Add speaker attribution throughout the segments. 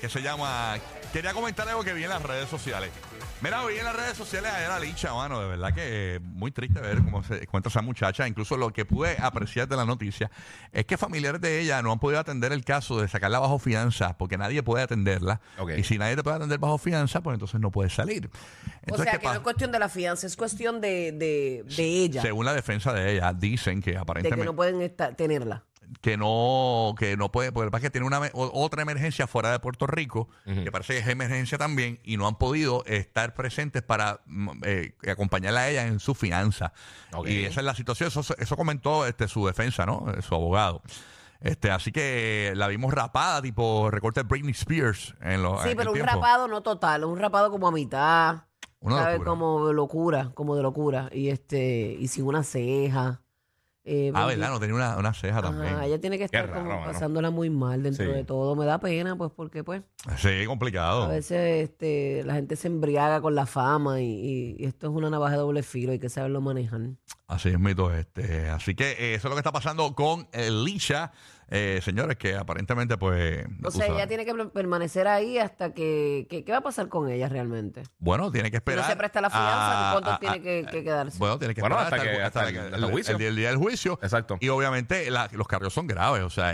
Speaker 1: que se llama... Quería comentar algo que vi en las redes sociales. Mira, vi en las redes sociales ayer a Licha, mano, de verdad que eh, muy triste ver cómo se encuentra esa muchacha. Incluso lo que pude apreciar de la noticia es que familiares de ella no han podido atender el caso de sacarla bajo fianza porque nadie puede atenderla.
Speaker 2: Ok.
Speaker 1: Y si nadie te puede atender bajo fianza, pues entonces no puedes salir.
Speaker 3: O
Speaker 1: Entonces,
Speaker 3: sea,
Speaker 1: ¿qué
Speaker 3: que no
Speaker 1: pasa?
Speaker 3: es cuestión de la fianza, es cuestión de, de, de ella,
Speaker 1: Según la defensa de ella, dicen que
Speaker 3: de
Speaker 1: aparentemente...
Speaker 3: que no pueden estar, tenerla.
Speaker 1: que no que no puede porque pasa es que tiene una me- o- otra emergencia fuera de Puerto Rico que parece que es emergencia también y no han podido estar presentes para mm, eh, acompañarla a ella en su fianza
Speaker 2: Ok.
Speaker 1: y esa es la situación eso, eso comentó este su defensa no Eh, su abogado este así que la vimos rapada tipo recorte de Britney Spears en los en
Speaker 3: Sí,
Speaker 1: el
Speaker 3: pero un
Speaker 1: tiempo.
Speaker 3: rapado no total, un rapado como a mitad,
Speaker 1: Una locura.
Speaker 3: ¿sabes? Como de locura, como de locura. Y este y sin una ceja. Eh,
Speaker 1: ah
Speaker 3: bendito.
Speaker 1: verdad no tenía una, una ceja
Speaker 3: Ajá,
Speaker 1: también
Speaker 3: ella tiene que estar
Speaker 2: raro,
Speaker 3: como
Speaker 2: mano.
Speaker 3: pasándola muy mal dentro
Speaker 2: Sí.
Speaker 3: de todo. Me da pena, pues, porque pues
Speaker 1: sí complicado
Speaker 3: a veces este, la gente se embriaga con la fama y, y- y esto es una navaja de doble filo, hay que saberlo manejar.
Speaker 1: Así es, mito. Este. Así que eh, eso es lo que está pasando con eh, Lisha. Eh, señores, que aparentemente, pues.
Speaker 3: O
Speaker 1: tú
Speaker 3: sea, ella
Speaker 1: sabes.
Speaker 3: tiene que per- permanecer ahí hasta que, que- ¿Qué va a pasar con ella realmente?
Speaker 1: Bueno, tiene que
Speaker 3: Si
Speaker 1: esperar.
Speaker 3: no se presta la fianza,
Speaker 1: a-
Speaker 3: ¿cuánto
Speaker 1: a- eh,
Speaker 3: tiene
Speaker 1: a-
Speaker 3: que, que quedarse?
Speaker 1: Bueno, tiene que
Speaker 2: Bueno,
Speaker 1: esperar
Speaker 2: hasta que- hasta el- el juicio.
Speaker 1: día- el día del juicio.
Speaker 2: Exacto.
Speaker 1: Y obviamente la- los carros son graves. O sea,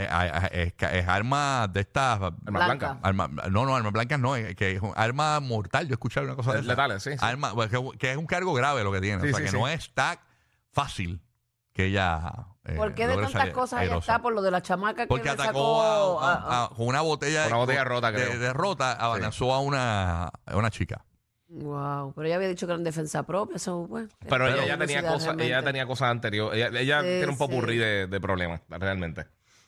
Speaker 1: es, es- es- es armas de estas.
Speaker 2: Arma blanca.
Speaker 1: arma- no, no, armas blancas no. Es, que es un arma mortal. Yo escuché una cosa de
Speaker 2: Es
Speaker 1: esas.
Speaker 2: letales, sí, sí.
Speaker 1: Arma, bueno, que, que es un cargo grave lo que tiene.
Speaker 2: Sí,
Speaker 1: o sea,
Speaker 2: sí,
Speaker 1: que
Speaker 2: sí.
Speaker 1: no es tan fácil que ella. eh,
Speaker 3: ¿Por qué de
Speaker 1: logre
Speaker 3: tantas
Speaker 1: salir
Speaker 3: cosas ella
Speaker 1: airosa?
Speaker 3: está? Por lo de la chamaca que
Speaker 1: Porque
Speaker 3: le
Speaker 1: atacó
Speaker 3: sacó ah,
Speaker 1: a-
Speaker 3: a- a-
Speaker 1: a- a- con una botella,
Speaker 2: Una botella rota,
Speaker 1: de,
Speaker 2: creo.
Speaker 1: de rota, abalanzó a, una, a una chica.
Speaker 3: Wow, pero ella había dicho que era en defensa propia, eso pues.
Speaker 2: Pero
Speaker 3: es
Speaker 2: ella,
Speaker 3: una
Speaker 2: ya tenía
Speaker 3: curiosidad
Speaker 2: cosas, ella
Speaker 3: realmente.
Speaker 2: tenía cosas anteriores. Ella, ella
Speaker 3: Sí,
Speaker 2: tiene un
Speaker 3: sí.
Speaker 2: popurrí de, de problemas, realmente.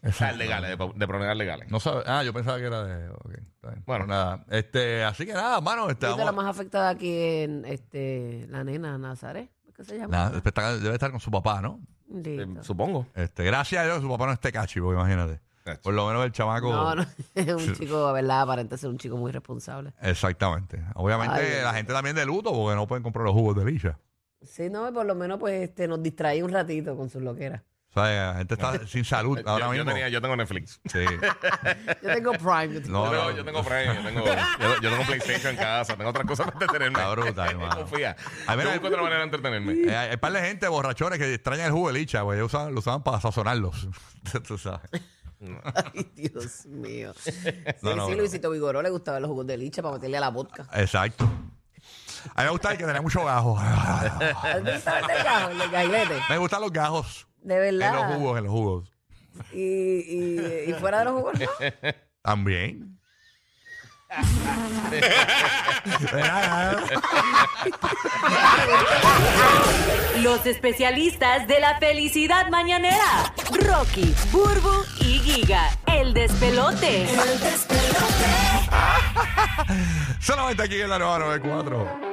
Speaker 2: O sea, legales, de, po- de problemas legales.
Speaker 1: No sabe, ah, yo pensaba que era de. ok, está bien. Bueno,
Speaker 2: Bueno.
Speaker 1: nada. Este, así que nada, mano. Este,
Speaker 3: Yo de la
Speaker 1: vamos-
Speaker 3: más afectada aquí en este, la nena Nazaret, ¿qué se llama?
Speaker 1: nada, está- debe estar con su papá, ¿no?
Speaker 2: Eh,
Speaker 3: Bendito.
Speaker 2: Supongo.
Speaker 1: Este, gracias a Dios, su papá no esté cachi, porque imagínate.
Speaker 2: Cachi.
Speaker 1: Por lo menos el chamaco.
Speaker 3: No, no, es un chico, de verdad, aparenta ser un chico muy responsable.
Speaker 1: Exactamente. Obviamente,
Speaker 3: Ay, Dios
Speaker 1: la
Speaker 3: mío.
Speaker 1: gente también de luto, porque no pueden comprar los jugos de licha.
Speaker 3: Sí, no, por lo menos pues este, nos distraía un ratito con sus loqueras.
Speaker 1: O sea, la gente está sin salud
Speaker 2: Yo-
Speaker 1: ahora
Speaker 2: yo,
Speaker 1: mismo.
Speaker 2: tenía- yo tengo Netflix.
Speaker 1: Sí.
Speaker 3: Yo tengo Prime. yo tengo-
Speaker 1: No,
Speaker 2: yo, tengo,
Speaker 1: no.
Speaker 2: yo tengo Prime, yo tengo, yo, yo tengo PlayStation en casa, tengo otras cosas para entretenerme.
Speaker 1: Está brutal, mano.
Speaker 2: Confía.
Speaker 1: A ver,
Speaker 2: yo
Speaker 1: a-
Speaker 2: busco otra manera de entretenerme.
Speaker 1: Eh, hay un par de gente borrachones que extrañan el jugo de licha, porque ellos usaban- lo usaban para sazonarlos. Tú sabes.
Speaker 3: Ay, Dios mío. Sí,
Speaker 1: No, no,
Speaker 3: sí,
Speaker 1: no.
Speaker 3: Luisito Vigoró le gustaban los jugos de licha para meterle a la vodka.
Speaker 1: Exacto. A mí me gusta el que tenía mucho gajo.
Speaker 3: ¿A ti te gustaba el del gajo, el del gailete?
Speaker 1: me gustan los gajos.
Speaker 3: De
Speaker 1: En los
Speaker 3: verdad.
Speaker 1: jugos, en los jugos.
Speaker 3: Y, y, y fuera de los jugos, ¿no?
Speaker 1: También. Era-
Speaker 4: Los especialistas de la felicidad mañanera. Rocky, Burbu y Giga. El despelote.
Speaker 1: Solamente aquí en la 994.